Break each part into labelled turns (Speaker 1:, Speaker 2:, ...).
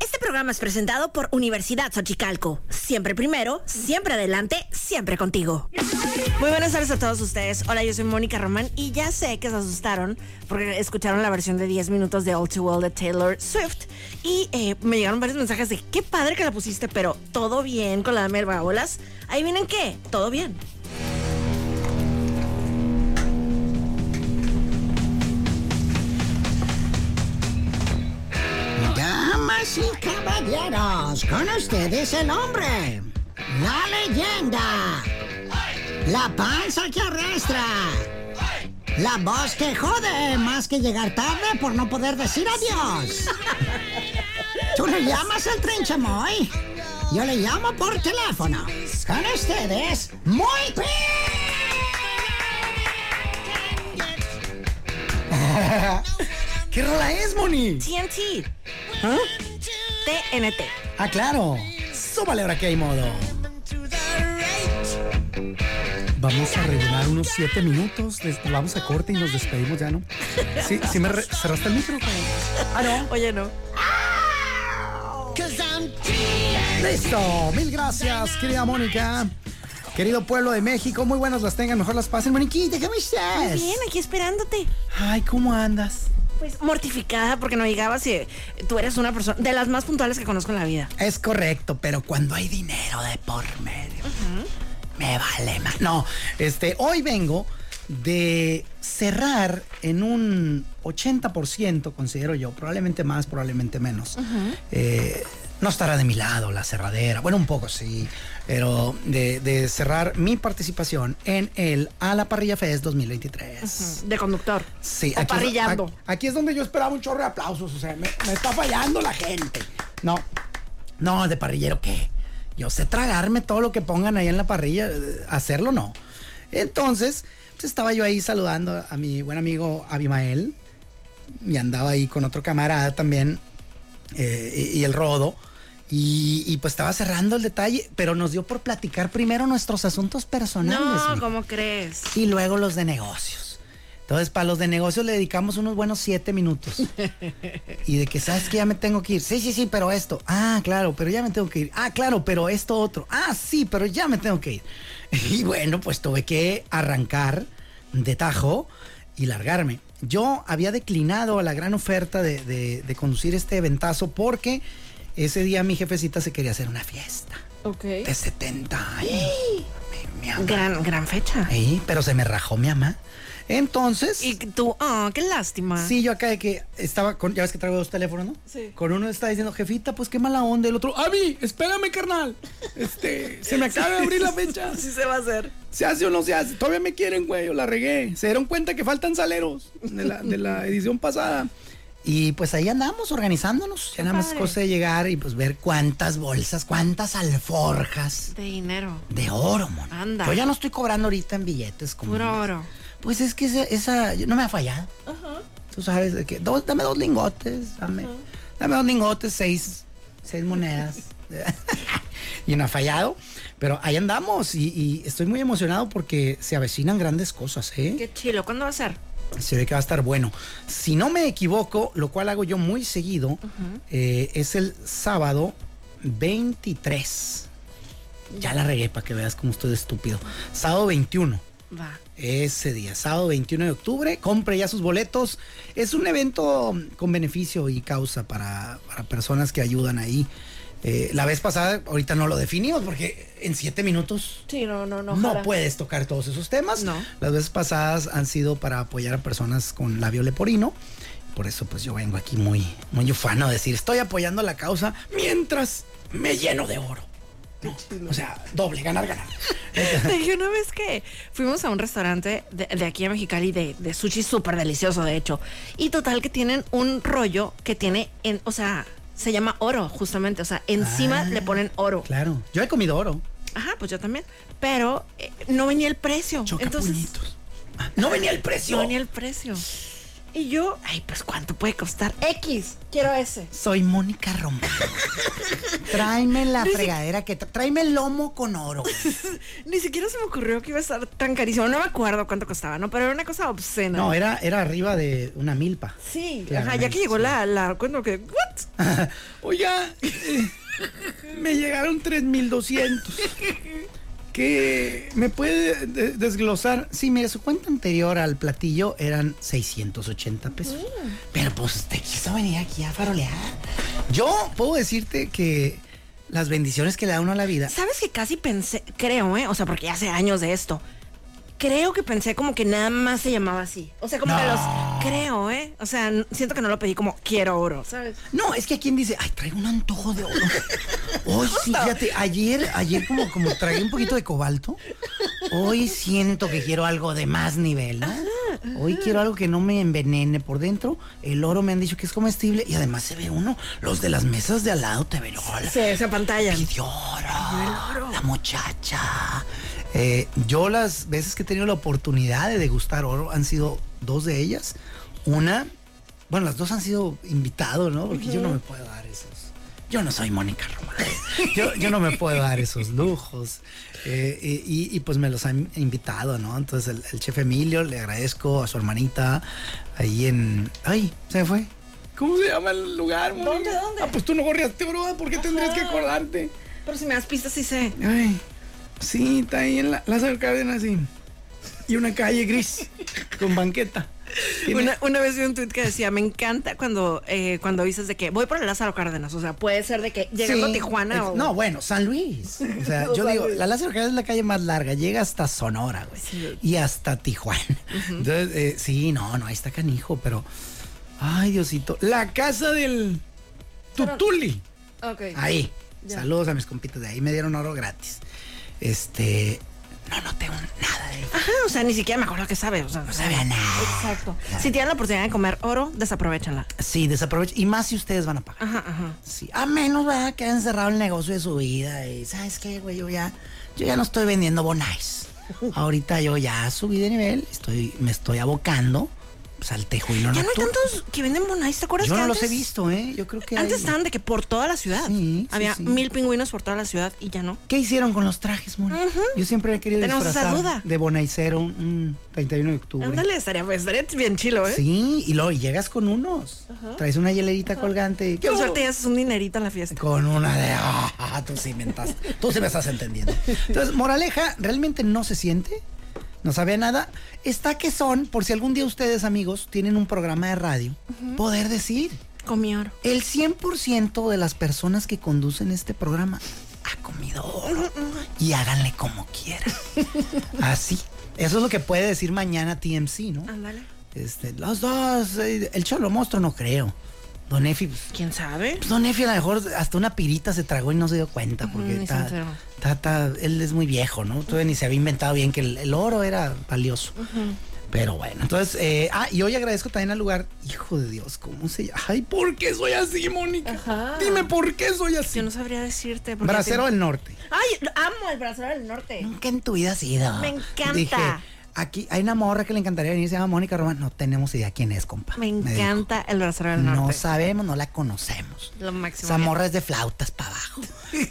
Speaker 1: Este programa es presentado por Universidad Xochicalco. Siempre primero, siempre adelante, siempre contigo. Muy buenas tardes a todos ustedes. Hola, yo soy Mónica Román y ya sé que se asustaron porque escucharon la versión de 10 minutos de All Too Well de Taylor Swift y eh, me llegaron varios mensajes de qué padre que la pusiste, pero todo bien con la dama de Vagabolas. Ahí vienen qué, todo bien.
Speaker 2: Damas y caballeros, con ustedes el hombre, la leyenda, la panza que arrastra, la voz que jode más que llegar tarde por no poder decir adiós. ¿Tú le llamas al trinchamoy? Yo le llamo por teléfono. Con ustedes, muy ¿Qué rola es, Moni?
Speaker 1: TNT,
Speaker 2: ¿Ah?
Speaker 1: TNT.
Speaker 2: Ah, claro. Súbale ahora que hay modo.
Speaker 3: Vamos a regular unos siete minutos, les- vamos a corte y nos despedimos ya, ¿no? Sí, sí me re- cerraste el micro.
Speaker 2: Ah, no.
Speaker 1: Oye, no.
Speaker 3: Listo, mil gracias, querida Mónica. Querido pueblo de México, muy buenas las tengan, mejor las pasen. Moniquita, ¿qué me
Speaker 1: Muy
Speaker 3: estás?
Speaker 1: bien, aquí esperándote.
Speaker 3: Ay, ¿cómo andas?
Speaker 1: Pues mortificada porque no llegabas y tú eres una persona de las más puntuales que conozco en la vida.
Speaker 3: Es correcto, pero cuando hay dinero de por medio, me vale más. No, este, hoy vengo de cerrar en un 80%, considero yo, probablemente más, probablemente menos. Eh, no estará de mi lado la cerradera, bueno, un poco sí, pero de, de cerrar mi participación en el A la Parrilla Fest 2023.
Speaker 1: De conductor.
Speaker 3: Sí,
Speaker 1: O parrillando.
Speaker 3: Es, a- aquí es donde yo esperaba un chorro de aplausos. O sea, me, me está fallando la gente. No, no, de parrillero, ¿qué? Yo sé tragarme todo lo que pongan ahí en la parrilla. eh, Hacerlo no. Entonces, pues, estaba yo ahí saludando a mi buen amigo Abimael. Y andaba ahí con otro camarada también. eh, y, y el rodo. Y, y, pues estaba cerrando el detalle, pero nos dio por platicar primero nuestros asuntos personales.
Speaker 1: No,
Speaker 3: mi
Speaker 1: ¿cómo crees?
Speaker 3: y luego los de negocios. Entonces, para los de negocios le dedicamos unos buenos siete minutos. Y de que, ¿sabes que Ya me tengo que ir. Sí, sí, sí, pero esto. Ah, claro, pero ya me tengo que ir. Ah, claro, pero esto otro. Ah, sí, pero ya me tengo que ir. Y bueno, pues tuve que arrancar de tajo y largarme. Yo había declinado a la gran oferta de, de- de conducir este ventazo porque ese día mi jefecita se quería hacer una fiesta
Speaker 1: Ok.
Speaker 3: de 70 años. Mi- mi amor.
Speaker 1: Gran, gran fecha.
Speaker 3: Ahí, pero se me rajó mi mamá. Entonces,
Speaker 1: Y tú, oh, qué lástima.
Speaker 3: sí, yo acá de que estaba con, ya ves que traigo dos teléfonos, ¿no?
Speaker 1: Sí.
Speaker 3: Con uno está diciendo, jefita, pues qué mala onda. El otro, Avi, espérame, carnal. Este, se me acaba de abrir la fecha.
Speaker 1: Así se va a hacer.
Speaker 3: ¿Se hace o no se hace? Todavía me quieren, güey, yo la regué. Se dieron cuenta que faltan saleros de la, de la edición pasada. Y pues ahí andamos organizándonos. Ya nada más
Speaker 1: padre.
Speaker 3: cosa de llegar y pues ver cuántas bolsas, cuántas alforjas
Speaker 1: De dinero.
Speaker 3: de oro, mon.
Speaker 1: Anda.
Speaker 3: Yo ya no estoy cobrando ahorita en billetes. Como
Speaker 1: Puro oro.
Speaker 3: Pues es que esa, esa- yo- no me ha fallado. Tú sabes de que dos- dame dos lingotes, dame, dame dos lingotes, seis, seis monedas. y no ha fallado. Pero ahí andamos y, y estoy muy emocionado porque se avecinan grandes cosas, ¿eh?
Speaker 1: Qué chilo. ¿Cuándo va a ser?
Speaker 3: Se ve que va a estar bueno. Si no me equivoco, lo cual hago yo muy seguido, eh, es el sábado 23. Ya la regué para que veas cómo estoy de estúpido. Sábado 21.
Speaker 1: Va.
Speaker 3: Ese día, sábado 21 de octubre, compre ya sus boletos. Es un evento con beneficio y causa para, para personas que ayudan ahí. Eh, la vez pasada, ahorita no lo definimos porque en siete minutos
Speaker 1: Sí, no, no,
Speaker 3: no puedes tocar todos esos temas.
Speaker 1: No.
Speaker 3: Las veces pasadas han sido para apoyar a personas con labio leporino. Por eso, pues yo vengo aquí muy, muy ufano a decir, estoy apoyando la causa mientras me lleno de oro. No, O sea, doble, ganar, ganar.
Speaker 1: Te dije una vez que fuimos a un restaurante de, de aquí a Mexicali de, de sushi súper delicioso, de hecho. Y total que tienen un rollo que tiene, en, o sea, se llama oro, justamente. O sea, encima
Speaker 3: Ah,
Speaker 1: le ponen oro.
Speaker 3: Claro. Yo he comido oro.
Speaker 1: Ajá, pues yo también. Pero eh, no venía el precio.
Speaker 3: Choca
Speaker 1: Entonces,
Speaker 3: puñitos. No venía el precio.
Speaker 1: No venía el precio. Y yo, ay, pues ¿cuánto puede costar? X, quiero ese.
Speaker 3: Soy Mónica Román. tráeme la fregadera que... tra- Tráeme el lomo con oro.
Speaker 1: Ni siquiera se me ocurrió que iba a estar tan carísimo. No me acuerdo cuánto costaba, ¿no? Pero era una cosa obscena.
Speaker 3: No, era, era arriba de una milpa.
Speaker 1: Sí, ajá,
Speaker 3: Claramente,
Speaker 1: ya que llegó la, la cuando que, ¿what?
Speaker 3: Oiga, eh, me llegaron 3200. que me puede de- desglosar? Sí, mire, su cuenta anterior al platillo eran 680 pesos.
Speaker 1: Mm.
Speaker 3: Pero pues te quiso venir aquí a farolear. Yo puedo decirte que las bendiciones que le da uno a la vida.
Speaker 1: ¿Sabes que casi pensé, creo, eh? O sea, porque ya hace años de esto. Creo que pensé como que nada más se llamaba así. O sea, como que los creo, ¿eh? O sea, n- siento que no lo pedí como quiero oro, ¿sabes?
Speaker 3: No, es que a quien dice, ay, traigo un antojo de oro. Hoy sí, fíjate, ayer, ayer como, como tragué un poquito de cobalto, hoy siento que quiero algo de más nivel, ¿no? Hoy quiero algo que no me envenene por dentro. El oro me han dicho que es comestible y además se ve uno. Los de las mesas de al lado te ven. Hola,
Speaker 1: Sí, esa pantalla.
Speaker 3: pidió oro. La muchacha. Eh, yo las veces que he tenido la oportunidad de degustar oro han sido dos de ellas. Una, bueno, las dos han sido invitado, ¿no? Porque yo no me puedo dar esos. Yo no soy Mónica Román. Yo, yo no me puedo dar esos lujos. Eh, y, y- y, pues me los han invitado, ¿no? Entonces el, el chef Emilio, le agradezco a su hermanita ahí en... ¡Ay! Se me fue. ¿Cómo se llama el lugar?
Speaker 1: ¿Dónde, dónde?
Speaker 3: Ah, pues tú no gorreaste, bro. ¿Por qué tendrías que acordarte?
Speaker 1: Pero si me das pistas, sí sé.
Speaker 3: Ay, sí, está ahí en la Lázaro Cárdenas sí. y una calle gris con banqueta. Tiene-
Speaker 1: Una, una vez vi un tuit que decía, me encanta cuando, eh, cuando dices de que voy por el Lázaro Cárdenas. O sea, puede ser de que llegando
Speaker 3: Sí,
Speaker 1: a Tijuana
Speaker 3: ex-
Speaker 1: o...
Speaker 3: No, bueno, San Luis. O sea, yo digo, la Lázaro Cárdenas es la calle más larga, llega hasta Sonora, güey. Y hasta Tijuana. Entonces, eh, sí, no, no, ahí está canijo, pero. Ay, Diosito. La casa del Tutuli.
Speaker 1: Ok.
Speaker 3: Ahí.
Speaker 1: Ya.
Speaker 3: Saludos a mis compitas de ahí. Me dieron oro gratis. Este. No, no tengo nada de.
Speaker 1: Ajá, o sea, ni siquiera me acuerdo que sabe. O sea,
Speaker 3: No sabía nada.
Speaker 1: Exacto. Si tienen la oportunidad de comer oro, desaprovechenla.
Speaker 3: Sí, desaprovecha. Y más si ustedes van a pagar.
Speaker 1: Ajá, ajá.
Speaker 3: Sí. A menos, ¿verdad? Que hayan cerrado el negocio de su vida. Y, ¿sabes qué, güey? Yo ya, yo ya no estoy vendiendo bonais. Ahorita yo ya subí de nivel. Estoy, me estoy abocando pues, al tejuino
Speaker 1: Ya no hay
Speaker 3: nocturno.
Speaker 1: tantos que venden bonais, ¿te acuerdas
Speaker 3: Yo
Speaker 1: que
Speaker 3: no los he
Speaker 1: antes-
Speaker 3: visto, ¿eh? Yo creo que
Speaker 1: Antes
Speaker 3: hay-
Speaker 1: estaban de que por toda la ciudad.
Speaker 3: Sí, sí,
Speaker 1: Había
Speaker 3: sí.
Speaker 1: mil pingüinos por toda la ciudad y ya no.
Speaker 3: ¿Qué hicieron con los trajes, Moni?
Speaker 1: Ujú.
Speaker 3: Yo siempre he querido
Speaker 1: Tenemos esa
Speaker 3: disfrazar
Speaker 1: duda.
Speaker 3: de bonaicero un, un 31 de octubre.
Speaker 1: Ándale, estaría, pues, estaría bien chilo, ¿eh?
Speaker 3: Sí, y luego llegas con unos. Traes una hielerita colgante. y-
Speaker 1: Con suerte ya haces un dinerito en la fiesta.
Speaker 3: Con una de, ah, tú sí me estás, tú sí me estás entendiendo. Entonces, moraleja, realmente no se siente, no sabe a nada. Está que son, por si algún día ustedes, amigos, tienen un programa de radio, poder decir,
Speaker 1: Comí oro.
Speaker 3: el 100% de las personas que conducen este programa ha comido oro y háganle como quieran. Así. Eso es lo que puede decir mañana TMC, ¿no?
Speaker 1: Ándale.
Speaker 3: Este, los dos, eh, el cholo monstruo no creo. Don Efi, pues,
Speaker 1: ¿Quién sabe?
Speaker 3: pues Don Efi a lo mejor hasta una pirita se tragó y no se dio cuenta porque
Speaker 1: Ujú, ni se
Speaker 3: ta-
Speaker 1: enteró.
Speaker 3: ta- ta- él es muy viejo, ¿no? Todavía ni se había inventado bien que el, el oro era valioso. Pero bueno, entonces, eh, ah, y hoy agradezco también al lugar, hijo de Dios, ¿cómo se llama? Ay, ¿por qué soy así, Mónica?
Speaker 1: Ajá.
Speaker 3: Dime por qué soy así.
Speaker 1: Yo no sabría decirte. porque
Speaker 3: Bracero
Speaker 1: te-
Speaker 3: del Norte.
Speaker 1: Ay, lo- amo el bracero del norte.
Speaker 3: Nunca en tu vida has ido.
Speaker 1: Me encanta.
Speaker 3: Dije, aquí hay una morra que le encantaría venir, se llama Mónica Román. No tenemos idea quién es, compa.
Speaker 1: Me
Speaker 3: dijo.
Speaker 1: encanta el bracero del norte.
Speaker 3: No sabemos, no la conocemos.
Speaker 1: Lo máximo.
Speaker 3: Esa morra es de flautas para abajo.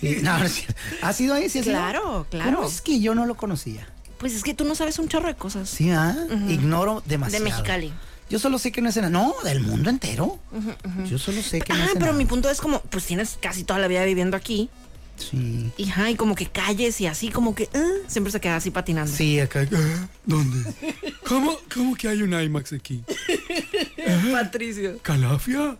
Speaker 3: Y- no, no es cierto. ¿Ha sido ahí? ¿Sí ha sido?
Speaker 1: Claro, claro.
Speaker 3: ¿Cómo es que yo no lo conocía?
Speaker 1: Pues es que tú no sabes un chorro de cosas.
Speaker 3: Sí, ah, ignoro demasiado.
Speaker 1: De Mexicali.
Speaker 3: Yo solo sé que no es en... No, del mundo entero. Yo solo sé que no
Speaker 1: Ah,
Speaker 3: es
Speaker 1: pero
Speaker 3: enano.
Speaker 1: mi punto es como, pues tienes casi toda la vida viviendo aquí.
Speaker 3: Sí.
Speaker 1: Y, ajá, y como que calles y así, como que ah, siempre se queda así patinando.
Speaker 3: Sí, acá...
Speaker 4: ¿Dónde? ¿Cómo, ¿Cómo que hay un IMAX aquí?
Speaker 1: Patricio.
Speaker 4: ¿Calafia?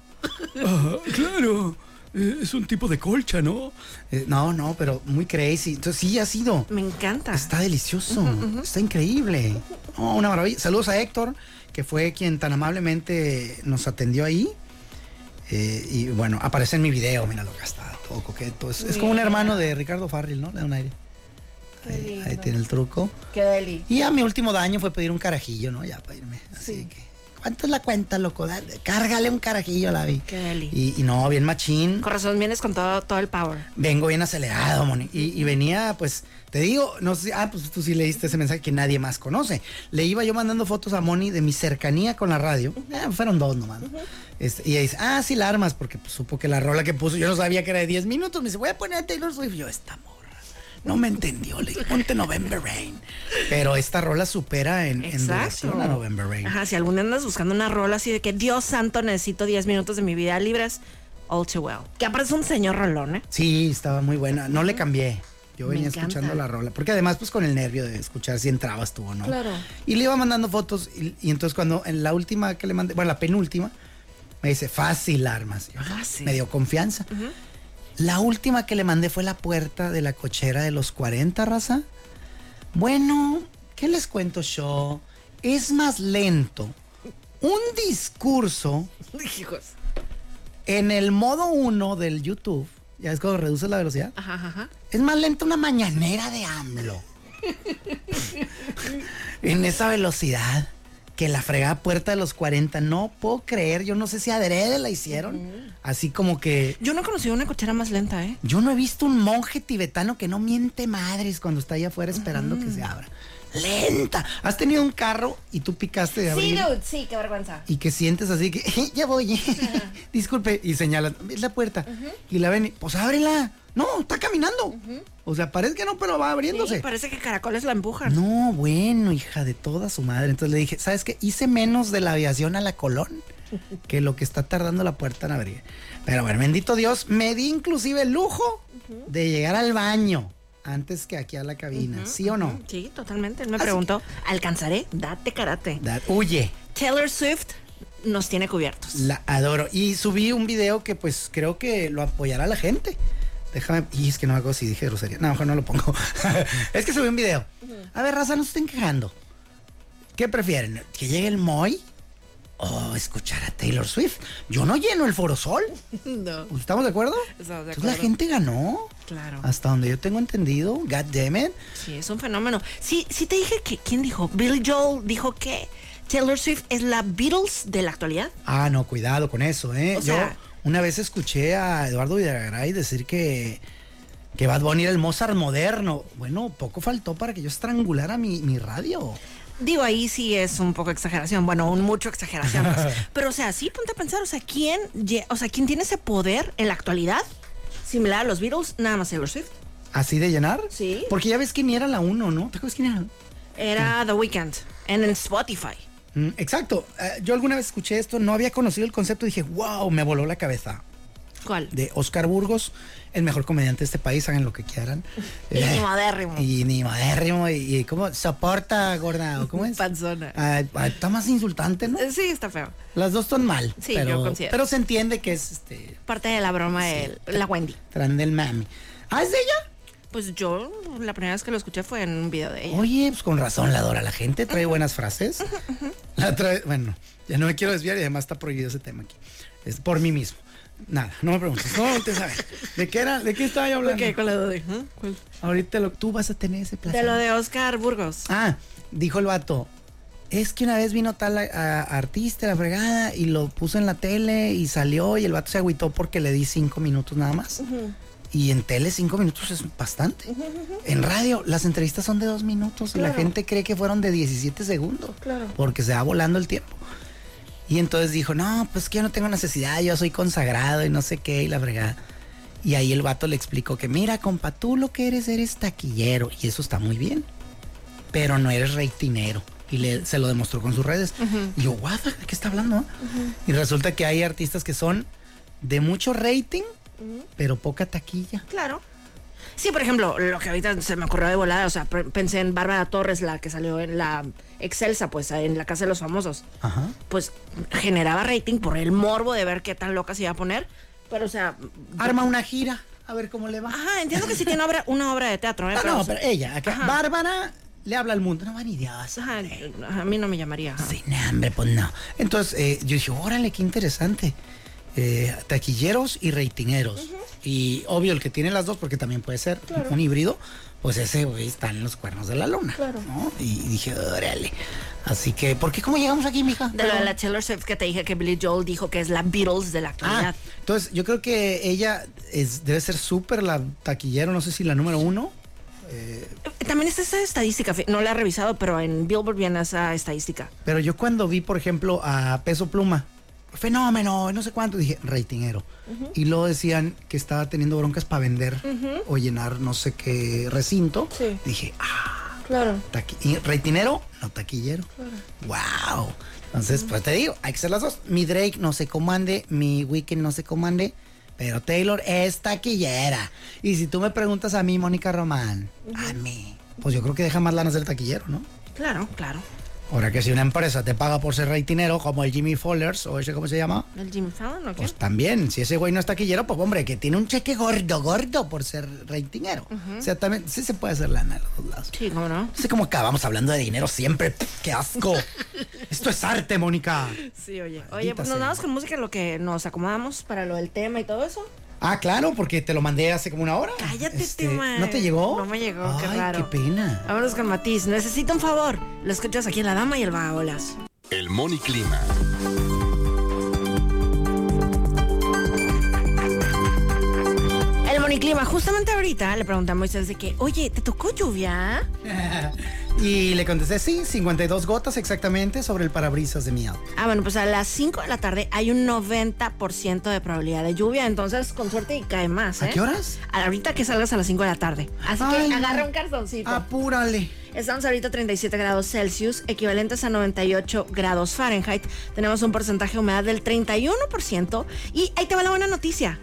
Speaker 4: Ah, claro. Eh, Es un tipo de colcha, ¿no?
Speaker 3: Eh, no, no, pero muy crazy. Entonces sí, ha sido...
Speaker 1: Me encanta.
Speaker 3: Está delicioso, está increíble. Oh, una maravilla. Saludos a Héctor, que fue quien tan amablemente nos atendió ahí. Eh, y bueno, aparece en mi video, mira lo que está, todo coqueto. Es, es como un hermano de Ricardo Farril, ¿no? Le da un aire. Ahí, ahí tiene el truco.
Speaker 1: Qué deli.
Speaker 3: Y ya mi último daño fue pedir un carajillo, ¿no? Ya para irme. Así que ¿Cuánto es la cuenta, loco? Dale, cárgale un carajillo, la vi.
Speaker 1: Qué deli.
Speaker 3: Y, y no, bien machín.
Speaker 1: Corazón, vienes con todo, todo el power.
Speaker 3: Vengo bien acelerado, Moni. Y, y venía, pues, te digo, no sé, ah, pues tú sí leíste ese mensaje que nadie más conoce. Le iba yo mandando fotos a Moni de mi cercanía con la radio. Ah, fueron dos nomás. ¿no? Este, y ella dice, ah, sí la armas, porque pues, supo que la rola que puso, yo no sabía que era de 10 minutos. Me dice, voy a poner a Taylor Swift. Yo, esta morra. No me entendió, le dije, ponte November Rain. Pero esta rola supera en, en duración a November Rain.
Speaker 1: Ajá, si algún día andas buscando una rola así de que Dios santo necesito 10 minutos de mi vida libres, all too well. Que aparte es un señor rolón, ¿eh?
Speaker 3: Sí, estaba muy buena. No le cambié. Yo
Speaker 1: Me
Speaker 3: venía
Speaker 1: encanta.
Speaker 3: escuchando la rola, porque además pues con el nervio de escuchar si entrabas tú o no.
Speaker 1: Claro.
Speaker 3: Y le iba mandando fotos y, y entonces cuando en la última que le mandé, bueno, la penúltima, me dice, fácil armas. Yo, ah,
Speaker 1: Fácil.
Speaker 3: Me dio confianza. La última que le mandé fue la puerta de la cochera de los 40, raza. Bueno, ¿qué les cuento yo? Es más lento. Un discurso
Speaker 1: Hijos.
Speaker 3: en el modo 1 del YouTube, ya es cuando reduces la velocidad.
Speaker 1: Ajá, ajá, ajá.
Speaker 3: Es más lenta una mañanera de AMLO. en esa velocidad que la fregada puerta de los 40. No puedo creer. Yo no sé si adrede la hicieron. Así como que.
Speaker 1: Yo no he conocido una cochera más lenta, ¿eh?
Speaker 3: Yo no he visto un monje tibetano que no miente madres cuando está allá afuera esperando que se abra. Lenta. ¿Has tenido un carro y tú picaste de abrir?
Speaker 1: sí, qué vergüenza.
Speaker 3: y que sientes así que "Eh, ya voy, disculpe, y señalas, es la puerta, y la ven, y, pues ábrela, no, está caminando, o sea, parece que no, pero va abriéndose.
Speaker 1: parece que caracoles la empujan.
Speaker 3: no, bueno, hija de toda su madre. Entonces le dije, ¿sabes qué? Hice menos de la aviación a la Colón que lo que está tardando la puerta en abrir. Pero bueno, bendito Dios, me di inclusive el lujo de llegar al baño antes que aquí a la cabina, ¿sí o no?
Speaker 1: Sí, totalmente. Él me preguntó, ¿alcanzaré? Date karate.
Speaker 3: Da- huye.
Speaker 1: Taylor Swift nos tiene cubiertos.
Speaker 3: La adoro. Y subí un video que pues creo que lo apoyará la gente. Déjame. Y es que no hago si dije grosería. No, mejor no lo pongo. es que subí un video. A ver, raza, no se estén quejando. ¿Qué prefieren? ¿Que llegue el Moy? O escuchar a Taylor Swift. Yo no lleno el Forosol.
Speaker 1: No.
Speaker 3: ¿Estamos de acuerdo?
Speaker 1: Estamos de
Speaker 3: Entonces, Pues la
Speaker 1: acuerdo.
Speaker 3: gente Ah. ganó.
Speaker 1: Claro.
Speaker 3: Hasta donde yo tengo entendido. God damn it.
Speaker 1: Sí, es un fenómeno. Sí, sí te dije que, ¿quién dijo? Bill Joel dijo que Taylor Swift es la Beatles de la actualidad.
Speaker 3: Ah, no, cuidado con eso, ¿eh?
Speaker 1: O
Speaker 3: Yo
Speaker 1: sea-
Speaker 3: una vez escuché a Eduardo Videgaray decir que, que Bad Bunny era el Mozart moderno. Bueno, poco faltó para que yo estrangulara mi, mi radio.
Speaker 1: Digo, ahí sí es un poco exageración, bueno, un mucho exageración. pues. Pero, o sea, sí, ponte a pensar, o sea, ¿quién, lle- o sea, ¿quién tiene ese poder en la actualidad? Similar a los Beatles, nada más Taylor Swift.
Speaker 3: ¿Así de llenar?
Speaker 1: Sí.
Speaker 3: Porque ya ves que ni era la uno, ¿no? ¿Te acuerdas quién era?
Speaker 1: Era The Weeknd, en el Spotify.
Speaker 3: Mm, exacto. Eh, yo alguna vez escuché esto, no había conocido el concepto y dije, wow, me voló la cabeza.
Speaker 1: ¿Cuál?
Speaker 3: De Oscar Burgos, el mejor comediante de este país, hagan lo que quieran.
Speaker 1: Y ni modérrimo.
Speaker 3: Eh, Y ni modérrimo. Y, y cómo soporta, gorda, ¿o ¿cómo es?
Speaker 1: Panzona.
Speaker 3: Ah, ah, está más insultante, ¿no?
Speaker 1: Eh, Sí, está feo.
Speaker 3: Las dos son mal.
Speaker 1: Sí,
Speaker 3: pero,
Speaker 1: yo considero.
Speaker 3: Pero se entiende que es este.
Speaker 1: Parte de la broma de la Wendy.
Speaker 3: Tran del mami. ¿Ah, es de ella?
Speaker 1: Pues yo, la primera vez que lo escuché fue en un video de ella.
Speaker 3: Oye, pues con razón la adora la gente, trae buenas frases. La trae. Bueno, ya no me quiero desviar y además está prohibido ese tema aquí. Es por mí mismo. Nada, no me preguntes. No, te sabes. ¿De qué era? ¿De qué estaba yo hablando?
Speaker 1: Ok, con la duda de- ¿eh? ¿Cuál?
Speaker 3: Ahorita lo, tú vas a tener ese placer.
Speaker 1: De lo de Oscar Burgos.
Speaker 3: Ah, dijo el vato. Es que una vez vino tal a- a- artista, la fregada, y lo puso en la tele y salió y el vato se agüitó porque le di cinco minutos nada más. Y en tele cinco minutos es bastante. En radio las entrevistas son de dos minutos y la gente cree que fueron de 17 segundos. Porque se va volando el tiempo. Y entonces dijo, no, pues que yo no tengo necesidad, yo soy consagrado y no sé qué, y la fregada. Y ahí el vato le explicó que, mira, compa, tú lo que eres, eres taquillero. Y eso está muy bien. Pero no eres reitinero. Y le- se lo demostró con sus redes. Y yo, what, the- ¿de qué está hablando? ah?" Y resulta que hay artistas que son de mucho rating, pero poca taquilla.
Speaker 1: Claro. Sí, por ejemplo, lo que ahorita se me ocurrió de volada, o sea, pre- pensé en Bárbara Torres, la que salió en la Excelsa, pues en la Casa de los Famosos.
Speaker 3: Ajá.
Speaker 1: Pues generaba rating por el morbo de ver qué tan loca se iba a poner. Pero, o sea.
Speaker 3: Arma una gira, a ver cómo le va.
Speaker 1: Ajá, entiendo que sí tiene obra, una obra de teatro, ¿eh?
Speaker 3: Ah, No,
Speaker 1: o
Speaker 3: no,
Speaker 1: sea,
Speaker 3: pero ella, acá,
Speaker 1: Ajá.
Speaker 3: Bárbara le habla al mundo. No van ni Dios.
Speaker 1: ajá, ajá, a mí no me llamaría. ajá.
Speaker 3: Sí, no, hombre, pues no. Entonces eh, yo dije, órale, qué interesante. Eh, taquilleros y reitineros. Y obvio, el que tiene las dos, porque también puede ser un híbrido, pues ese güey está en los cuernos de la lona. ¿no? Y dije, órale. Así que, ¿por qué? ¿Cómo llegamos aquí, mija?
Speaker 1: De lo de la Taylor Swift que te dije que Billy Joel dijo que es la Beatles de la
Speaker 3: Ah,
Speaker 1: actualidad.
Speaker 3: entonces yo creo que ella es, debe ser súper la taquillero, no sé si la número uno.
Speaker 1: Ah. También está esa estadística, fi- no la he revisado, pero en Billboard viene esa estadística.
Speaker 3: Pero yo cuando vi, por ejemplo, a Peso Pluma, fenómeno, no sé cuánto, dije, ratingero. Y luego decían que estaba teniendo broncas para vender o llenar no sé qué recinto.
Speaker 1: Sí.
Speaker 3: Dije, ah,
Speaker 1: Claro.
Speaker 3: taqui- y ratinero, no taquillero. Wow. Entonces, pues te digo, hay que ser las dos. Mi Drake no se comande, mi Weekend no se comande, pero Taylor es taquillera. Y si tú me preguntas a mí, Mónica Román, a mí, pues yo creo que deja más lana ser taquillero, ¿no?
Speaker 1: Claro, claro.
Speaker 3: Ahora que si una empresa te paga por ser reitinero, como el Jimmy Fallers, o ese cómo se llama,
Speaker 1: ¿El Jimmy Fallon o qué?
Speaker 3: pues también, si ese güey no es taquillero, pues hombre, que tiene un cheque gordo, gordo por ser reitinero. O sea, también sí se puede hacer lana de los dos lados.
Speaker 1: Sí, cómo no.
Speaker 3: No sé cómo acabamos hablando de dinero siempre. Pff, ¡Qué asco! Esto es arte, Mónica.
Speaker 1: Sí, oye. Oye,
Speaker 3: Maldita
Speaker 1: pues
Speaker 3: sea.
Speaker 1: nos damos con música en lo que nos acomodamos para lo del tema y todo eso.
Speaker 3: Ah, claro, porque te lo mandé hace como una hora.
Speaker 1: Cállate,
Speaker 3: Este,
Speaker 1: tema.
Speaker 3: ¿No te llegó?
Speaker 1: No me llegó, qué
Speaker 3: Ay,
Speaker 1: raro.
Speaker 3: qué pena.
Speaker 1: Vámonos con Matiz. Necesito un favor. Lo escuchas aquí en La Dama y el Vagabolas.
Speaker 5: El Moniclima.
Speaker 1: El Moniclima, justamente ahorita le preguntamos a Moisés de que, oye, ¿te tocó lluvia?
Speaker 3: Y le contesté, sí, 52 gotas exactamente sobre el parabrisas de mi auto.
Speaker 1: Ah, bueno, pues a las 5 de la tarde hay un 90% de probabilidad de lluvia, entonces con suerte y cae más, ¿eh?
Speaker 3: ¿A qué horas?
Speaker 1: A- Ahorita que salgas a las 5 de la tarde. Así
Speaker 3: Ay,
Speaker 1: que
Speaker 3: no. Ah.
Speaker 1: agarra un cartoncito.
Speaker 3: Apúrale.
Speaker 1: Estamos ahorita a 37 grados Celsius, equivalentes a 98 grados Fahrenheit. Tenemos un porcentaje de humedad del 31%. Y ahí te va la buena noticia.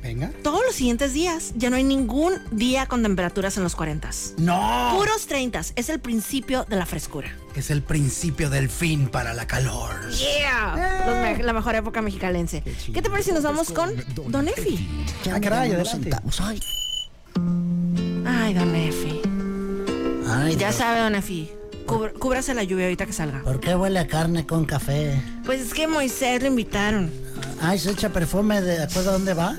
Speaker 3: Venga.
Speaker 1: Todos los siguientes días ya no hay ningún día con temperaturas en los 40.
Speaker 3: No.
Speaker 1: Puros 30 es el principio de la frescura.
Speaker 3: Es el principio del fin para la calor.
Speaker 1: Yeah. Los me- la mejor época mexicalense. Qué, te parece si nos vamos con Don Efi?
Speaker 3: Ah, caray, adelante.
Speaker 2: Ay,
Speaker 1: Ay, Don Efi.
Speaker 2: ay,
Speaker 1: Ya
Speaker 2: Dios.
Speaker 1: sabe, Don Efi. Cubr- cúbrase la lluvia ahorita que salga.
Speaker 2: ¿Por qué huele a carne con café?
Speaker 1: Pues es que Moisés lo invitaron.
Speaker 2: Ay, se echa perfume de acuerdo a dónde va.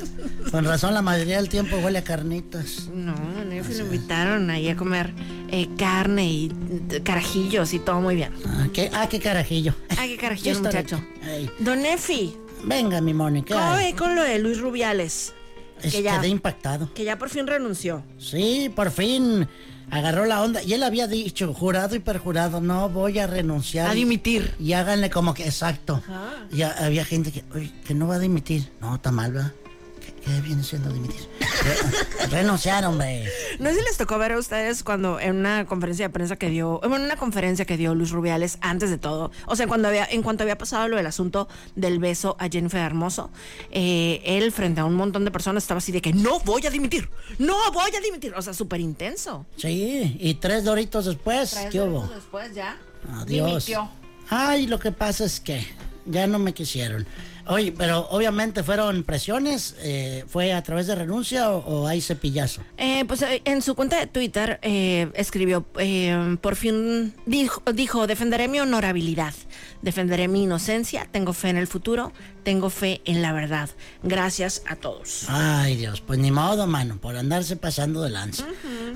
Speaker 2: Con razón, la mayoría del tiempo huele a carnitas.
Speaker 1: No, Don Efi lo invitaron ahí a comer eh, carne y mm, carajillos y todo muy bien.
Speaker 2: Ah, qué, ah, qué carajillo.
Speaker 1: Ah, qué carajillo,
Speaker 2: Qué historia.
Speaker 1: muchacho.
Speaker 2: Ay,
Speaker 1: Don Efi,
Speaker 2: venga, mi Mónica.
Speaker 1: ¿cómo
Speaker 2: Ay,
Speaker 1: ve con lo de Luis Rubiales?
Speaker 2: es-
Speaker 1: que ya-
Speaker 2: Quedé impactado.
Speaker 1: Que ya por fin renunció.
Speaker 2: Sí, por fin agarró la onda. Y él había dicho, jurado y perjurado, no voy a renunciar.
Speaker 1: A dimitir.
Speaker 2: Y háganle como que, exacto.
Speaker 1: Ajá.
Speaker 2: Y ha- había gente que, "Uy, que no va a dimitir. No, está mal, ¿verdad? ¿Qué, qué viene siendo dimitir? Re- Renunciar, hombre.
Speaker 1: No sé si les tocó ver a ustedes cuando en una conferencia de prensa que dio, bueno, en una conferencia que dio Luis Rubiales antes de todo, o sea, cuando había, en cuanto había pasado lo del asunto del beso a Jennifer Hermoso, eh, él frente a un montón de personas estaba así de que no voy a dimitir, no voy a dimitir, o sea, súper intenso.
Speaker 2: Sí, y tres doritos después, ¿qué hubo?
Speaker 1: Después ya.
Speaker 2: Adiós. Ay, lo que pasa es que ya no me quisieron. Oye, pero obviamente fueron presiones, eh, fue a través de renuncia o, o hay cepillazo.
Speaker 1: Eh, pues eh, en su cuenta de Twitter eh, escribió, eh, por fin dijo, dijo, defenderé mi honorabilidad, defenderé mi inocencia, tengo fe en el futuro, tengo fe en la verdad. Gracias a todos.
Speaker 2: Ay, Dios, pues ni modo, mano, por andarse pasando de lanza.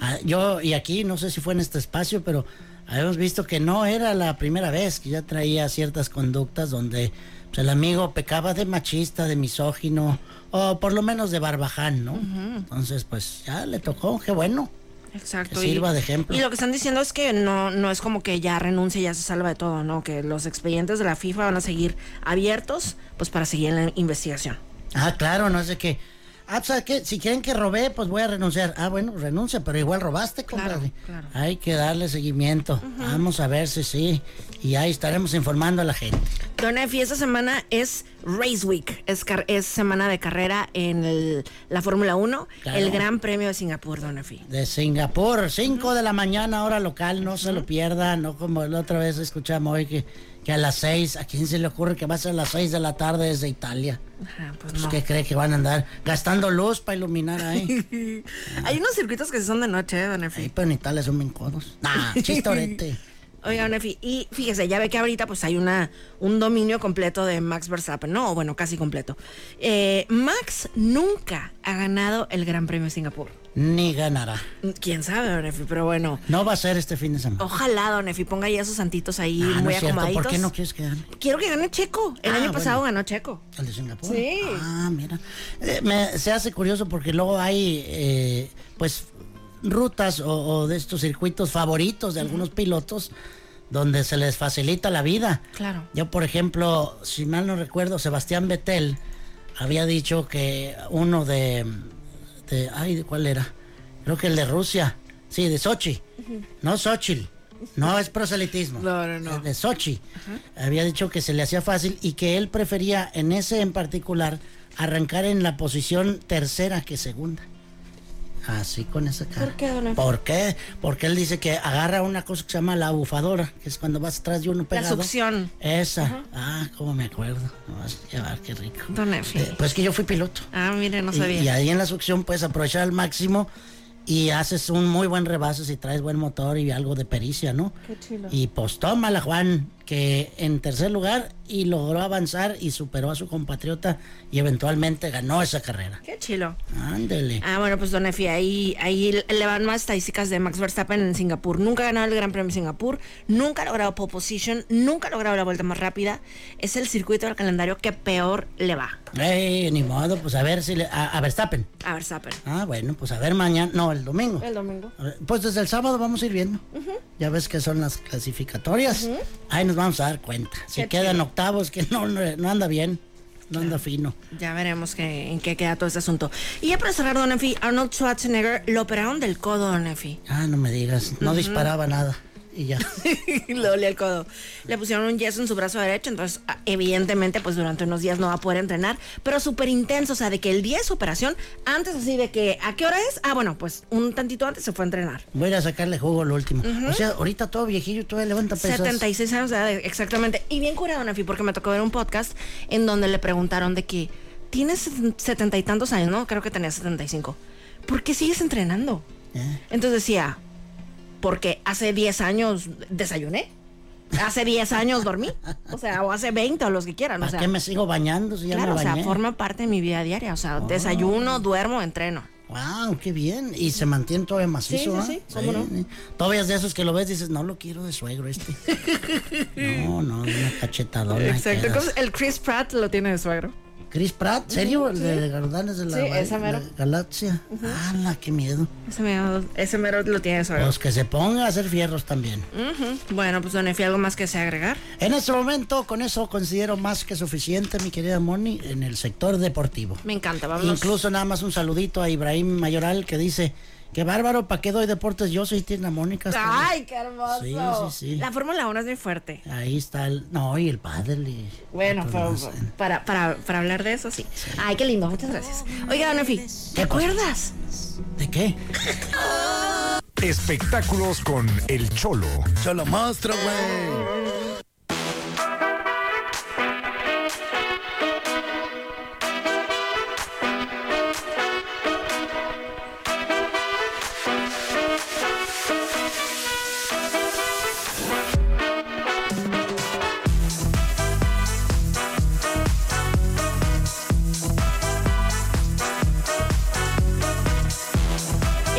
Speaker 2: Ah, yo, y aquí, no sé si fue en este espacio, pero habíamos visto que no era la primera vez que ya traía ciertas conductas donde pues, el amigo pecaba de machista, de misógino, o por lo menos de barbaján, ¿no? Entonces, pues ya le tocó, qué bueno.
Speaker 1: Exacto.
Speaker 2: Que sirva de ejemplo.
Speaker 1: Y lo que están diciendo es que no, no es como que ya renuncie, ya se salva de todo, ¿no? Que los expedientes de la FIFA van a seguir abiertos, pues para seguir en la investigación.
Speaker 2: Ah, claro, no sé qué. Ah, pues, ¿sabes qué? Si quieren que robé, pues voy a renunciar. Ah, bueno, renuncia, pero igual robaste, compadre.
Speaker 1: claro.
Speaker 2: Hay que darle seguimiento. Vamos a ver si sí. Y ahí estaremos informando a la gente.
Speaker 1: Don Efi, esta semana es Race Week, es, car- es semana de carrera en el- la Fórmula 1,
Speaker 2: Claro.
Speaker 1: el Gran Premio de Singapur, Don Efi.
Speaker 2: De Singapur, 5 de la mañana, hora local, no se lo pierda, no como la otra vez escuchamos hoy que, que a las 6, ¿a quién se le ocurre que va a ser a las 6 de la tarde desde Italia?
Speaker 1: Ajá, pues
Speaker 2: Pues,
Speaker 1: no.
Speaker 2: ¿Qué cree que van a andar? Gastando luz para iluminar ahí.
Speaker 1: Hay unos circuitos que sí son de noche, ¿eh, Don
Speaker 2: Ahí,
Speaker 1: Efi.
Speaker 2: pero en Italia son bien codos. Nah, chistorete.
Speaker 1: Oiga, Don Efi, y fíjese, ya ve que ahorita pues hay una, un dominio completo de Max Verstappen, no, bueno, casi completo. Eh, Max nunca ha ganado el Gran Premio de Singapur.
Speaker 2: ni ganará.
Speaker 1: Quién sabe, don Efi, pero bueno.
Speaker 2: No va a ser este fin de semana.
Speaker 1: Ojalá, don Efi, ponga ya sus santitos ahí
Speaker 2: Ah, no
Speaker 1: muy
Speaker 2: es cierto.
Speaker 1: acomodaditos.
Speaker 2: ¿Por qué no quieres que gane?
Speaker 1: Quiero que gane Checo. El
Speaker 2: Ah,
Speaker 1: año pasado
Speaker 2: bueno.
Speaker 1: ganó Checo.
Speaker 2: ¿El de Singapur?
Speaker 1: Sí.
Speaker 2: Ah, mira. Eh, me- se hace curioso porque luego hay, eh, pues, rutas o, o de estos circuitos favoritos de algunos pilotos donde se les facilita la vida.
Speaker 1: Claro.
Speaker 2: Yo, por ejemplo, si mal no recuerdo, Sebastián Vettel había dicho que uno de, de- ay, ¿de ¿cuál era? Creo que el de Rusia. Sí, de Sochi. No Sochi. No es proselitismo.
Speaker 1: No, no, no.
Speaker 2: De Sochi. Había dicho que se le hacía fácil y que él prefería en ese en particular arrancar en la posición tercera que segunda. Así con esa cara.
Speaker 1: ¿Por qué, don Efe?
Speaker 2: ¿Por qué? Porque él dice que agarra una cosa que se llama la bufadora, que es cuando vas atrás de uno pegado.
Speaker 1: succión.
Speaker 2: Esa. Ah, cómo me acuerdo. Me vas a llevar, qué rico.
Speaker 1: Don Efi.
Speaker 2: Eh, pues que yo fui piloto.
Speaker 1: Ah, mire, no
Speaker 2: Y-
Speaker 1: sabía.
Speaker 2: Y, ahí en la succión puedes aprovechar al máximo y haces un muy buen rebase si traes buen motor y algo de pericia, ¿no?
Speaker 1: Qué chulo.
Speaker 2: Y pues tómala, Juan, que en tercer lugar y logró avanzar y superó a su compatriota y eventualmente ganó esa carrera.
Speaker 1: Qué chilo.
Speaker 2: Ándele.
Speaker 1: Ah, bueno, pues Don Efi, ahí, ahí le van más estadísticas de Max Verstappen en Singapur. Nunca ha ganado el Gran Premio de Singapur, nunca ha logrado pole position, nunca ha logrado la vuelta más rápida. Es el circuito del calendario que peor le va
Speaker 2: Ey, ni modo, pues a ver si le. A, a Verstappen.
Speaker 1: a Verstappen.
Speaker 2: Ah, bueno, pues a ver mañana. No, el domingo.
Speaker 1: El domingo.
Speaker 2: A ver, Pues desde el sábado vamos a ir viendo. Ya ves que son las clasificatorias. Ahí nos vamos a dar cuenta. Si
Speaker 1: Qué
Speaker 2: quedan octavos, que no, no, no anda bien. No anda fino.
Speaker 1: Ya veremos que- en qué queda todo este asunto. Y ya para cerrar, Don Efi, Arnold Schwarzenegger lo operaron del codo, Don Efi.
Speaker 2: Ah, no me digas. No disparaba nada. Y ya.
Speaker 1: le dolía el codo. Le pusieron un yeso en su brazo derecho, entonces ah, evidentemente pues durante unos días no va a poder entrenar, pero súper intenso, o sea, de que el día de su operación, antes así de que, ¿a qué hora es? Ah, bueno, pues un tantito antes se fue a entrenar.
Speaker 2: Voy a ir a sacarle jugo al último. O sea, ahorita todo viejillo, todavía levanta pesas.
Speaker 1: 76 años de edad, exactamente. Y bien curado, Nafi, porque me tocó ver un podcast en donde le preguntaron de que, tienes setenta y tantos años, ¿no? Creo que tenía 75. ¿Por qué sigues entrenando?
Speaker 2: ¿Eh?
Speaker 1: Entonces decía, porque hace 10 años desayuné. Hace 10 años dormí. O sea, o hace 20 o los que quieran. O
Speaker 2: ¿Para
Speaker 1: sea,
Speaker 2: qué me sigo bañando si ya
Speaker 1: claro, o
Speaker 2: me
Speaker 1: sea,
Speaker 2: bañé? Oh.
Speaker 1: forma parte de mi vida diaria. O sea, desayuno, duermo, entreno.
Speaker 2: Wow, qué bien. Y se mantiene todavía macizo,
Speaker 1: Sí, sí,
Speaker 2: ¿ah?
Speaker 1: sí, cómo no.
Speaker 2: Todavía es de esos que lo ves y dices, no lo quiero de suegro este. no, no, una cachetadona.
Speaker 1: Exacto.
Speaker 2: quedas.
Speaker 1: como El Chris Pratt lo tiene de suegro.
Speaker 2: Chris Pratt, ¿serio? El de Guardianes de la,
Speaker 1: Sí, esa mero.
Speaker 2: la Galaxia. ¡Hala, qué miedo!
Speaker 1: Ese mero, ese mero lo tiene de suegro.
Speaker 2: Pues que se ponga a hacer fierros también.
Speaker 1: Ujú. Bueno, pues don Efi, ¿algo más que se agregar?
Speaker 2: En este momento, con eso considero más que suficiente, mi querida Moni, en el sector deportivo.
Speaker 1: Me encanta, vámonos.
Speaker 2: Incluso nada más un saludito a Ibrahim Mayoral que dice, qué bárbaro, ¿para qué doy deportes? Yo soy Tina Mónica. hasta
Speaker 1: ¡Ay, qué hermoso!
Speaker 2: Sí, sí, sí.
Speaker 1: La Fórmula 1 es muy fuerte.
Speaker 2: Ahí está el... No, y el padre. y-
Speaker 1: Bueno,
Speaker 2: otros
Speaker 1: pero-
Speaker 2: más.
Speaker 1: para, para, para hablar de eso, sí. Ay, qué lindo, muchas gracias. Oiga, Don Efi, ¿te
Speaker 2: ¿Qué cosa?
Speaker 1: acuerdas?
Speaker 2: ¿De qué?
Speaker 6: Espectáculos con El Cholo.
Speaker 3: Se la muestra, güey.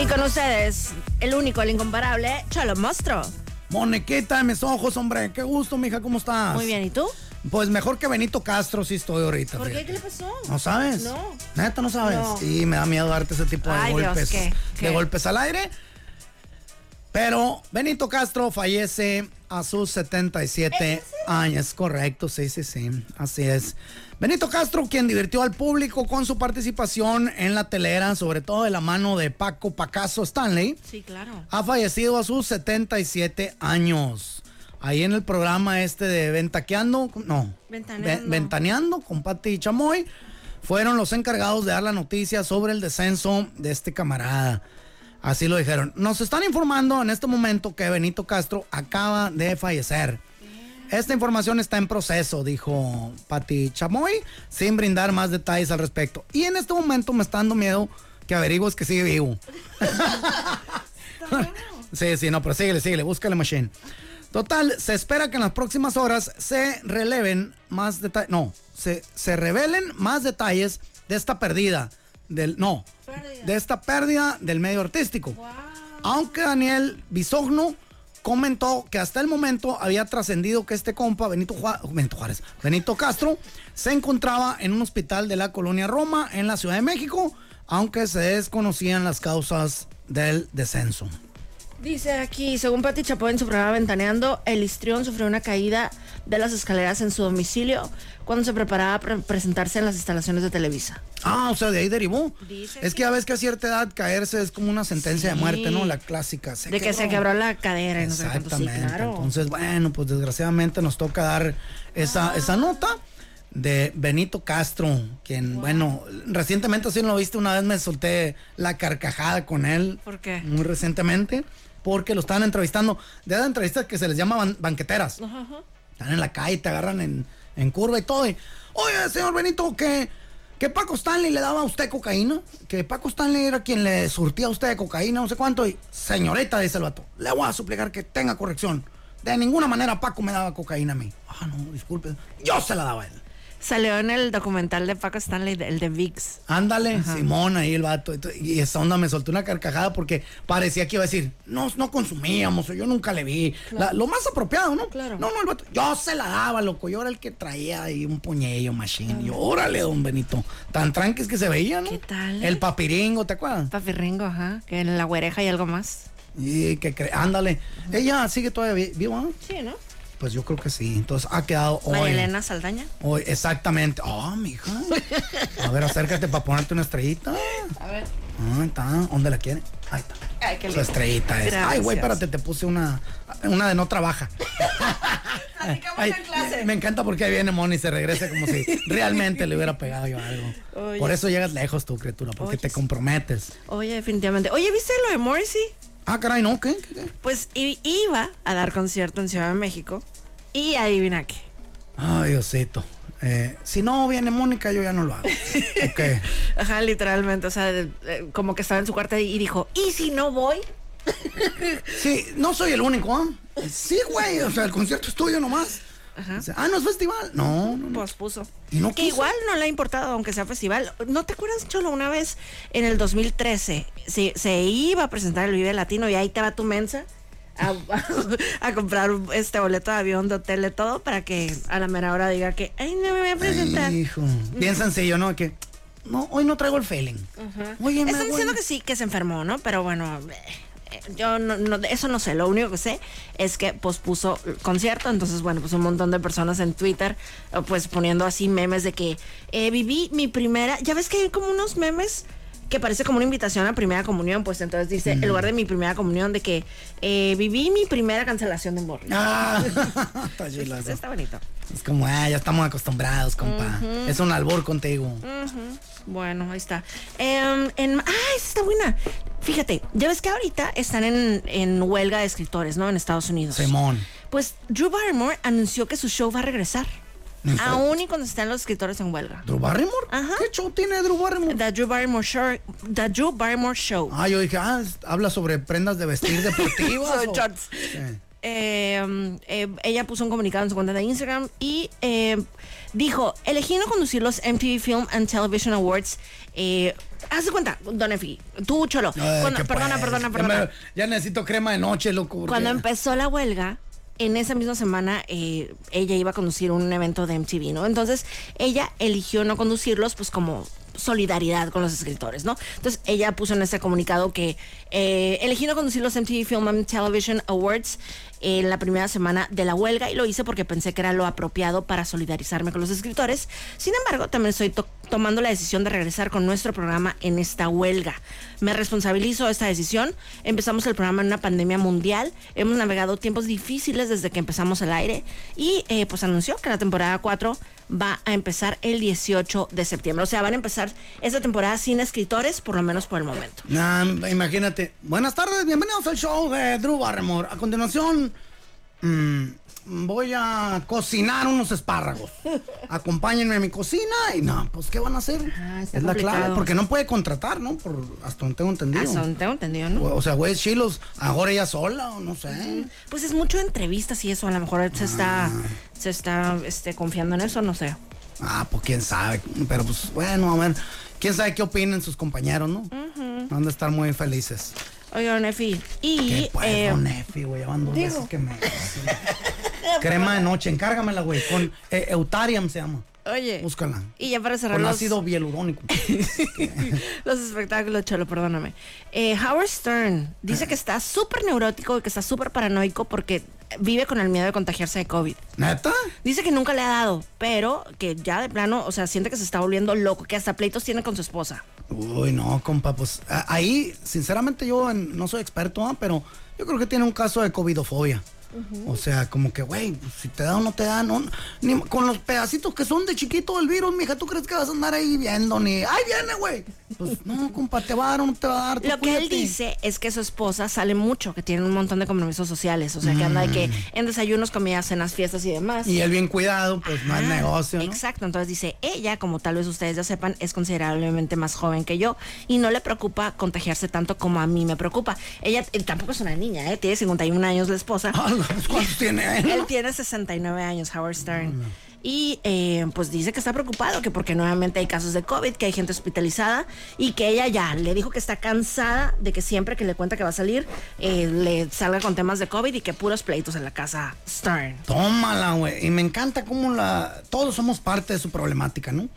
Speaker 1: Y con ustedes, el único, el incomparable, Cholo Mostro.
Speaker 3: Moniquita de mis ojos, hombre. Qué gusto, mija, ¿cómo estás?
Speaker 1: Muy bien, ¿y tú?
Speaker 3: Pues mejor que Benito Castro sí estoy ahorita.
Speaker 1: ¿Por qué?
Speaker 3: fíjate.
Speaker 1: ¿Qué le pasó?
Speaker 3: ¿No sabes?
Speaker 1: No.
Speaker 3: Neta, no sabes.
Speaker 1: No.
Speaker 3: Y me da miedo darte ese tipo de
Speaker 1: Ay, Dios,
Speaker 3: golpes.
Speaker 1: ¿qué? ¿Qué?
Speaker 3: De golpes al aire. Pero Benito Castro fallece a sus 77 años. Correcto, sí, sí, sí. Así es. Benito Castro, quien divirtió al público con su participación en la telera, sobre todo de la mano de Paco Pacaso Stanley
Speaker 1: Sí, claro.
Speaker 3: ha fallecido a sus 77 años. Ahí en el programa este de Ventaqueando, no,
Speaker 1: Ventaneando.
Speaker 3: Ve- Ventaneando con Pati y Chamoy, fueron los encargados de dar la noticia sobre el descenso de este camarada. Así lo dijeron. Nos están informando en este momento que Benito Castro acaba de fallecer. Esta información está en proceso, dijo Pati Chamoy, sin brindar más detalles al respecto. Y en este momento me está dando miedo que averigües que sigue vivo. Sí, sí, no, pero síguele, síguele, búscale machine. Total, se espera que en las próximas horas se releven más detalles, no, se, se revelen más detalles de esta pérdida del no, de esta pérdida del medio artístico. Aunque Daniel Bisogno comentó que hasta el momento había trascendido que este compa Benito, Jua- Benito Juárez, Benito Castro se encontraba en un hospital de la colonia Roma en la Ciudad de México, aunque se desconocían las causas del descenso.
Speaker 1: Dice aquí, según Pati Chapó en su programa Ventaneando, el histrión sufrió una caída de las escaleras en su domicilio cuando se preparaba para presentarse en las instalaciones de Televisa.
Speaker 3: Ah, o sea, de ahí derivó.
Speaker 1: Dice
Speaker 3: es que ya ves que a cierta edad caerse es como una sentencia
Speaker 1: Sí.
Speaker 3: de muerte, ¿no? La clásica.
Speaker 1: de que se quebró la cadera y no sé qué tanto. Sí,
Speaker 3: Exactamente.
Speaker 1: claro.
Speaker 3: Entonces, bueno, pues desgraciadamente nos toca dar
Speaker 1: Ah.
Speaker 3: esa, esa nota de Benito Castro, quien, bueno, recientemente así lo viste, una vez me solté la carcajada con él.
Speaker 1: ¿Por qué?
Speaker 3: Muy recientemente, porque lo estaban entrevistando. De esas entrevistas que se les llama ban- banqueteras. Están en la calle, te agarran en, en curva y todo. y, Oye, señor Benito, que, que Paco Stanley le daba a usted cocaína. Que Paco Stanley era quien le surtía a usted de cocaína, no sé cuánto. Y, señorita, dice el vato, le voy a suplicar que tenga corrección. De ninguna manera Paco me daba cocaína a mí. Ah, no, disculpe. Yo se la daba a él.
Speaker 1: Salió en el documental de Paco Stanley, el de VIX.
Speaker 3: Ándale, Simón, ahí el vato. Entonces, Y esa onda me soltó una carcajada porque parecía que iba a decir, no, no consumíamos, o yo nunca le vi. La- lo más apropiado, ¿no?
Speaker 1: Claro.
Speaker 3: No, no, el vato, yo se la daba, loco. Yo era el que traía ahí un puñello, machine. Y yo, órale, don Benito. Tan tranques que se veía, ¿no?
Speaker 1: ¿Qué tal, eh?
Speaker 3: El papiringo, ¿te acuerdas?
Speaker 1: Papi Ringo, ajá, que en la huereja y algo más.
Speaker 3: Y que cre- ándale. Ella sigue todavía vi- viva. ¿no?
Speaker 1: Sí, ¿no?
Speaker 3: Pues yo creo que sí. Entonces ha quedado hoy.
Speaker 1: María Elena Saldaña.
Speaker 3: Hoy, exactamente. Ah, mija. A ver, acércate para ponerte una estrellita.
Speaker 1: A ver.
Speaker 3: Ah, ahí está. ¿Dónde la quiere? Ahí está.
Speaker 1: Ay, qué
Speaker 3: Su
Speaker 1: lindo.
Speaker 3: estrellita es. Ay, güey,
Speaker 1: Gracias.
Speaker 3: espérate, te puse una, una de no trabaja. Ah. Ay, me- Me encanta porque ahí viene Moni y se regresa como si realmente le hubiera pegado yo algo.
Speaker 1: Oye.
Speaker 3: Por eso llegas lejos tú, criatura, porque
Speaker 1: Oye,
Speaker 3: te
Speaker 1: sí.
Speaker 3: comprometes.
Speaker 1: Oye, definitivamente. Oye, ¿viste lo de Morrissey?
Speaker 3: Ah, caray, ¿no? ¿Qué? ¿Qué? qué?
Speaker 1: Pues i- iba a dar concierto en Ciudad de México y adivina qué.
Speaker 3: Ay, Diosito. Eh, si no viene Mónica, yo ya no lo hago. Ok.
Speaker 1: Ajá, literalmente, o sea, de- eh, como que estaba en su cuarto y dijo, ¿y si no voy?
Speaker 3: Sí, no soy el único, ¿ah? Sí, güey, o sea, el concierto es tuyo nomás. O sea, ah, no es festival. No, no, no.
Speaker 1: Pospuso.
Speaker 3: ¿Y no
Speaker 1: que
Speaker 3: quiso?
Speaker 1: igual no le ha importado, aunque sea festival. ¿No te acuerdas, Cholo, una vez en el 2013 se, se iba a presentar el Vive Latino y ahí te va tu mensa? A, a comprar este boleto de avión, de hotel, de todo, para que a la mera hora diga que, ay, no me voy a presentar.
Speaker 3: Hijo. Bien sencillo, ¿no? Que no, hoy no traigo el feeling. Oye, me
Speaker 1: Están
Speaker 3: voy.
Speaker 1: diciendo que sí, que se enfermó, ¿no? Pero bueno, eh, yo no, no- eso no sé. Lo único que sé es que pospuso el concierto. Entonces, bueno, pues un montón de personas en Twitter, eh, pues poniendo así memes de que eh, viví mi primera. Ya ves que hay como unos memes que parece como una invitación a primera comunión. Pues entonces dice, en lugar de mi primera comunión, de que eh, viví mi primera cancelación de morri.
Speaker 3: Ah, está chilazo.
Speaker 1: Está bonito.
Speaker 3: Es como, ah, ya estamos acostumbrados, compa. Es un albor contigo.
Speaker 1: Bueno, ahí está. Em, en- ah, esa está buena. Fíjate, ya ves que ahorita están en, en huelga de escritores, ¿no? En Estados Unidos.
Speaker 3: Simón.
Speaker 1: Pues Drew Barrymore anunció que su show va a regresar.
Speaker 3: ¿En serio?
Speaker 1: Aún y cuando están los escritores en huelga.
Speaker 3: ¿Drew Barrymore?
Speaker 1: Ajá.
Speaker 3: ¿Qué show tiene Drew Barrymore?
Speaker 1: The Drew Barrymore Show. The Drew Barrymore Show.
Speaker 3: Ah, yo dije, ah, es- habla sobre prendas de vestir deportivas.
Speaker 1: Sobre
Speaker 3: o-
Speaker 1: shorts.
Speaker 3: Sí.
Speaker 1: Eh, mm, eh, ella puso un comunicado en su cuenta de Instagram y eh, dijo, elegí no conducir los MTV Film and Television Awards. Eh, haz de cuenta, Don Efi, tú, Cholo.
Speaker 3: Ay,
Speaker 1: Cuando-
Speaker 3: qué
Speaker 1: perdona,
Speaker 3: pues.
Speaker 1: perdona,
Speaker 3: Ya
Speaker 1: perdona.
Speaker 3: me- Ya necesito crema de noche, loco. porque-
Speaker 1: Cuando empezó la huelga, en esa misma semana eh, ella iba a conducir un evento de MTV, ¿no? Entonces ella eligió no conducirlos, pues como solidaridad con los escritores, ¿no? Entonces ella puso en ese comunicado que eh, elegí no conducir los MTV Film and Television Awards en la primera semana de la huelga y lo hice porque pensé que era lo apropiado para solidarizarme con los escritores. Sin embargo, también estoy to- tomando la decisión de regresar con nuestro programa en esta huelga. Me responsabilizo de esta decisión. Empezamos el programa en una pandemia mundial. Hemos navegado tiempos difíciles desde que empezamos el aire. Y eh, pues anunció que la temporada 4 va a empezar el 18 de septiembre. O sea, van a empezar esta temporada sin escritores, por lo menos por el momento.
Speaker 3: Nah, imagínate. Buenas tardes, bienvenidos al show de Drew Barrymore. A continuación, mm, voy a cocinar unos espárragos. Acompáñenme a mi cocina y no, pues ¿qué van a hacer?
Speaker 1: Ah, está
Speaker 3: es la
Speaker 1: complicado.
Speaker 3: clave, porque no puede contratar, ¿no? Por, hasta donde tengo entendido.
Speaker 1: Ah, son- tengo entendido, ¿no?
Speaker 3: O, o sea, güey, chilos, ahora ella sola o no sé.
Speaker 1: Pues es mucho entrevistas y eso. A lo mejor se está, se está este, confiando en eso, no sé.
Speaker 3: Ah, pues quién sabe. Pero pues bueno, a ver. quién sabe qué opinen sus compañeros, ¿no? Van a estar muy felices.
Speaker 1: Oiga, Nefi. Y
Speaker 3: ¿Qué puedo,
Speaker 1: eh,
Speaker 3: Nefi, pues, güey? Ya van dos veces que me... Crema de noche, encárgamela, güey. Con eh, Eutarium se llama.
Speaker 1: oye.
Speaker 3: Búscala.
Speaker 1: Y ya para cerrar
Speaker 3: Con
Speaker 1: los,
Speaker 3: ácido bialurónico.
Speaker 1: los espectáculos, Cholo, perdóname. Eh, Howard Stern dice que está súper neurótico y que está súper paranoico porque vive con el miedo de contagiarse de COVID.
Speaker 3: ¿Neta?
Speaker 1: Dice que nunca le ha dado, pero que ya de plano, o sea, siente que se está volviendo loco, que hasta pleitos tiene con su esposa.
Speaker 3: Uy, no, compa, pues a- ahí, sinceramente, yo en- no soy experto, ah, pero yo creo que tiene un caso de covidofobia. O sea, como que, güey, pues, si te da o no te da, no, ni- con los pedacitos que son de chiquito del virus, mija, ¿tú crees que vas a andar ahí viendo ni, ay, viene, güey? Pues no, compa, te va a dar o no te va a dar. tú
Speaker 1: Lo que él
Speaker 3: cuídate.
Speaker 1: dice es que su esposa sale mucho, que tiene un montón de compromisos sociales, o sea, que anda de que en desayunos, comidas, cenas, fiestas y demás.
Speaker 3: Mm. Y él bien cuidado, pues más
Speaker 1: Ah,
Speaker 3: negocio, ¿no?
Speaker 1: Exacto, entonces dice, ella, como tal vez ustedes ya sepan, es considerablemente más joven que yo y no le preocupa contagiarse tanto como a mí me preocupa. Ella eh, tampoco es una niña, ¿eh? tiene 51 años la esposa.
Speaker 3: Ah, no, pues, ¿Cuántos tiene él?
Speaker 1: Él tiene 69 años, Howard Stern.
Speaker 3: Mm.
Speaker 1: Y eh, pues dice que está preocupado, que porque nuevamente hay casos de COVID, que hay gente hospitalizada y que ella ya le dijo que está cansada de que siempre que le cuenta que va a salir, eh, le salga con temas de COVID y que puros pleitos en la casa Stern.
Speaker 3: Tómala, güey. Y me encanta cómo la. Todos somos parte de su problemática, ¿no?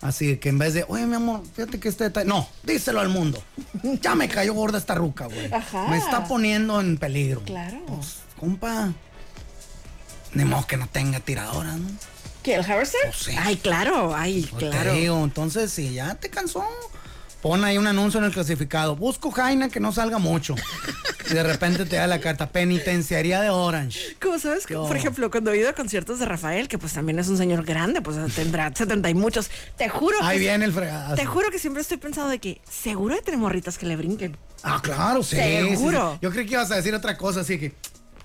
Speaker 3: Así que en vez de, oye, mi amor, fíjate que este detalle. No, díselo al mundo. Ya me cayó gorda esta ruca, güey.
Speaker 1: Ajá.
Speaker 3: Me está poniendo en peligro.
Speaker 1: Claro.
Speaker 3: Pues, compa. Ni modo que no tenga tiradora, ¿no?
Speaker 1: ¿Qué, el Howard Stern?
Speaker 3: Pues sí.
Speaker 1: Ay, claro, ay,
Speaker 3: Pues,
Speaker 1: claro.
Speaker 3: Te digo, entonces, si ya te cansó, pon ahí un anuncio en el clasificado. Busco Jaina que no salga mucho. y de repente te da la carta penitenciaría de Orange.
Speaker 1: Como sabes, que,
Speaker 3: Yo.
Speaker 1: por ejemplo, cuando he ido a conciertos de Rafael, que pues también es un señor grande, pues tendrá 70 y muchos, te juro,
Speaker 3: Ahí
Speaker 1: que,
Speaker 3: viene el fregado.
Speaker 1: te juro que siempre estoy pensando de que seguro hay tres morritas que le brinquen.
Speaker 3: Ah, claro, sí.
Speaker 1: Seguro.
Speaker 3: sí, sí. Yo creí que ibas a decir otra cosa, así que.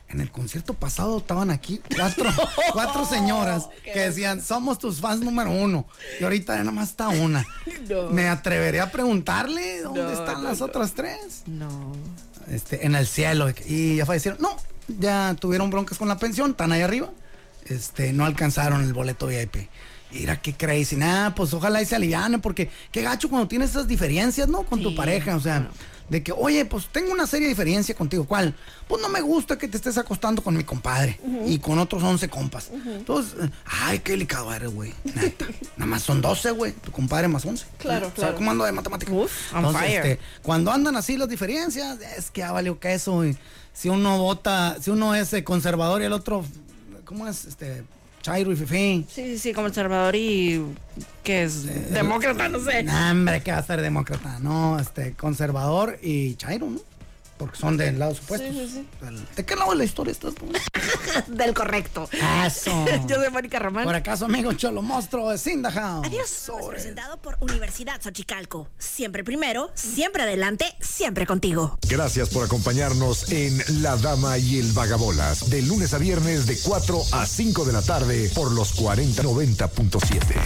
Speaker 3: En el concierto pasado estaban aquí cuatro, cuatro señoras que decían, somos tus fans número uno. Y ahorita ya nomás está una.
Speaker 1: No.
Speaker 3: Me atreveré a preguntarle dónde
Speaker 1: No,
Speaker 3: están
Speaker 1: no,
Speaker 3: las
Speaker 1: no.
Speaker 3: otras tres.
Speaker 1: No.
Speaker 3: Este, en el cielo. Y ya fallecieron. No, ya tuvieron broncas con la pensión, están ahí arriba. Este, no alcanzaron el boleto VIP. Mira, qué crazy. Nada, pues ojalá y se aliviane, porque qué gacho cuando tienes esas diferencias, ¿no? Con
Speaker 1: Sí,
Speaker 3: tu pareja, o sea, de que, oye, pues tengo una serie de diferencia contigo. ¿Cuál? Pues no me gusta que te estés acostando con mi compadre y con otros 11 compas. Entonces, eh, ay, qué delicado eres, güey. Neta. Nada más son 12, güey. Tu compadre más 11.
Speaker 1: Claro,
Speaker 3: ¿Sabes
Speaker 1: claro.
Speaker 3: cómo ando de matemáticas?
Speaker 1: Uf, on
Speaker 3: Entonces,
Speaker 1: fire.
Speaker 3: este, cuando andan así las diferencias, es que ya valió queso. Y si uno vota, si uno es eh, conservador y el otro, ¿cómo es? Este, Chairo y Fifi.
Speaker 1: Sí, sí, sí, como conservador y que es demócrata, no sé.
Speaker 3: Nah, hombre, que va a ser demócrata. No, este, conservador y Chairo, ¿no? Porque son del lado supuesto. ¿De qué lado de la historia estás tú?
Speaker 1: Del correcto.
Speaker 3: Ah, Eso.
Speaker 1: Yo soy Mónica Román.
Speaker 3: Por acaso, amigo Cholo Monstruo de Sindahouse.
Speaker 1: Adiós. Presentado por Universidad Xochicalco. Siempre primero, siempre adelante, siempre contigo.
Speaker 6: Gracias por acompañarnos en La Dama y el Vagabolas, de lunes a viernes de 4 a 5 de la tarde por los 4090.7.